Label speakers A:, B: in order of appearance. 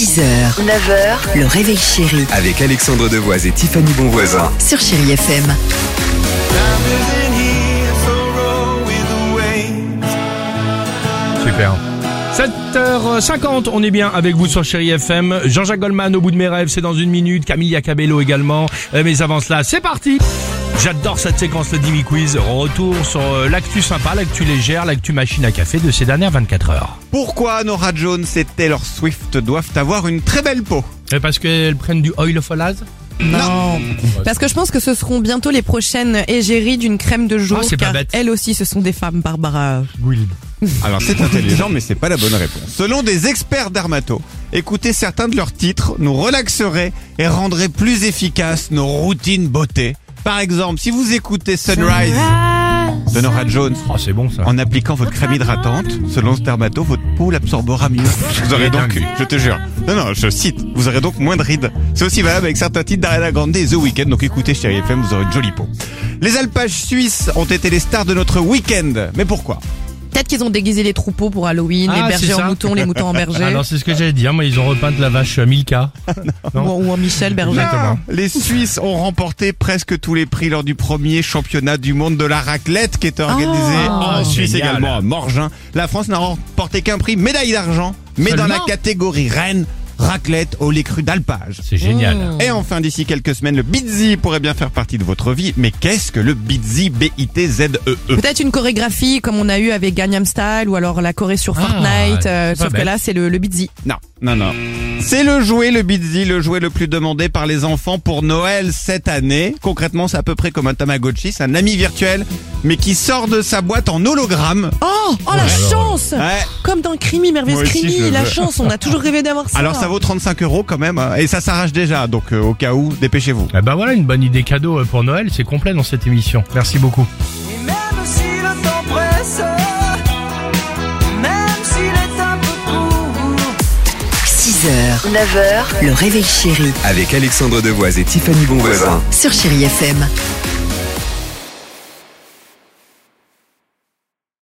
A: 6h, 9h, le réveil chéri
B: Avec Alexandre Devoise et Tiffany Bonvoisin.
A: sur Chérie FM.
C: Super. 7h50, on est bien avec vous sur Chéri FM. Jean-Jacques Goldman au bout de mes rêves, c'est dans une minute. Camilla Cabello également. Euh, Mais avant cela, c'est parti J'adore cette séquence, le Dimi Quiz. Retour sur euh, l'actu sympa, l'actu légère, l'actu machine à café de ces dernières 24 heures.
D: Pourquoi Nora Jones et Taylor Swift doivent avoir une très belle peau
C: Euh, parce qu'elles prennent du oil of olaz
E: Non. Parce que je pense que ce seront bientôt les prochaines égéries d'une crème de jour.
C: Ah, c'est pas
E: car
C: bête.
E: elles aussi, ce sont des femmes, Barbara.
D: Alors c'est intelligent mais c'est pas la bonne réponse. Selon des experts dermato, écouter certains de leurs titres nous relaxerait et rendrait plus efficaces nos routines beauté. Par exemple, si vous écoutez Sunrise de Nora Jones
C: Oh, c'est bon ça.
D: en appliquant votre crème hydratante, selon ce dermato, votre peau l'absorbera mieux. Vous aurez donc, je te jure, non non, je cite, vous aurez donc moins de rides. C'est aussi valable avec certains titres d'Ariana Grande et The Weeknd, donc écoutez chérie FM, vous aurez une jolie peau. Les alpages suisses ont été les stars de notre week-end, mais pourquoi
E: Peut-être qu'ils ont déguisé les troupeaux pour Halloween,
C: Ah,
E: les bergers
C: c'est ça.
E: en moutons, les moutons en berger.
C: Alors c'est ce que j'allais dire, moi ils ont repeint la vache euh, Milka. non.
E: Ou, ou en Michel Berger.
C: Exactement.
D: Les Suisses ont remporté presque tous les prix lors du premier championnat du monde de la raclette qui était organisé
E: Oh,
D: en Suisse
C: génial.
D: également à Morgin. La France n'a remporté qu'un prix, médaille d'argent, mais dans la
C: Seulement
D: catégorie reine, raclette au lait cru d'alpage.
C: C'est génial.
D: Et enfin, d'ici quelques semaines, le Bizzy pourrait bien faire partie de votre vie. Mais qu'est-ce que le Bizzy B-I-T-Z-E-E
E: Peut-être une chorégraphie comme on a eu avec Gangnam Style ou alors la choré sur
C: Ah,
E: Fortnite. euh,
C: c'est pas
E: sauf que
C: bête.
E: là, c'est le, le Beatsy.
D: Non, non, non. C'est le jouet, le Bizzy, le jouet le plus demandé par les enfants pour Noël cette année. Concrètement, c'est à peu près comme un Tamagotchi, c'est un ami virtuel, mais qui sort de sa boîte en hologramme.
E: Oh, oh la chance
D: Ouais.
E: Comme dans Crimi, merveilleux
D: Moi aussi, je
E: Crimi, la
D: veux.
E: chance, on a toujours rêvé d'avoir ça.
D: Alors ça vaut 35 euros quand même, hein, et ça s'arrache déjà, donc euh, au cas où, dépêchez-vous.
C: Ah bah voilà une bonne idée cadeau euh, pour Noël, c'est complet dans cette émission. Merci beaucoup.
F: Et même si le temps presse, même s'il est un peu court.
A: 6h, 9h, le réveil chéri
B: Avec Alexandre Devoise et Tiffany Bonvoisin.
A: sur Chérie FM.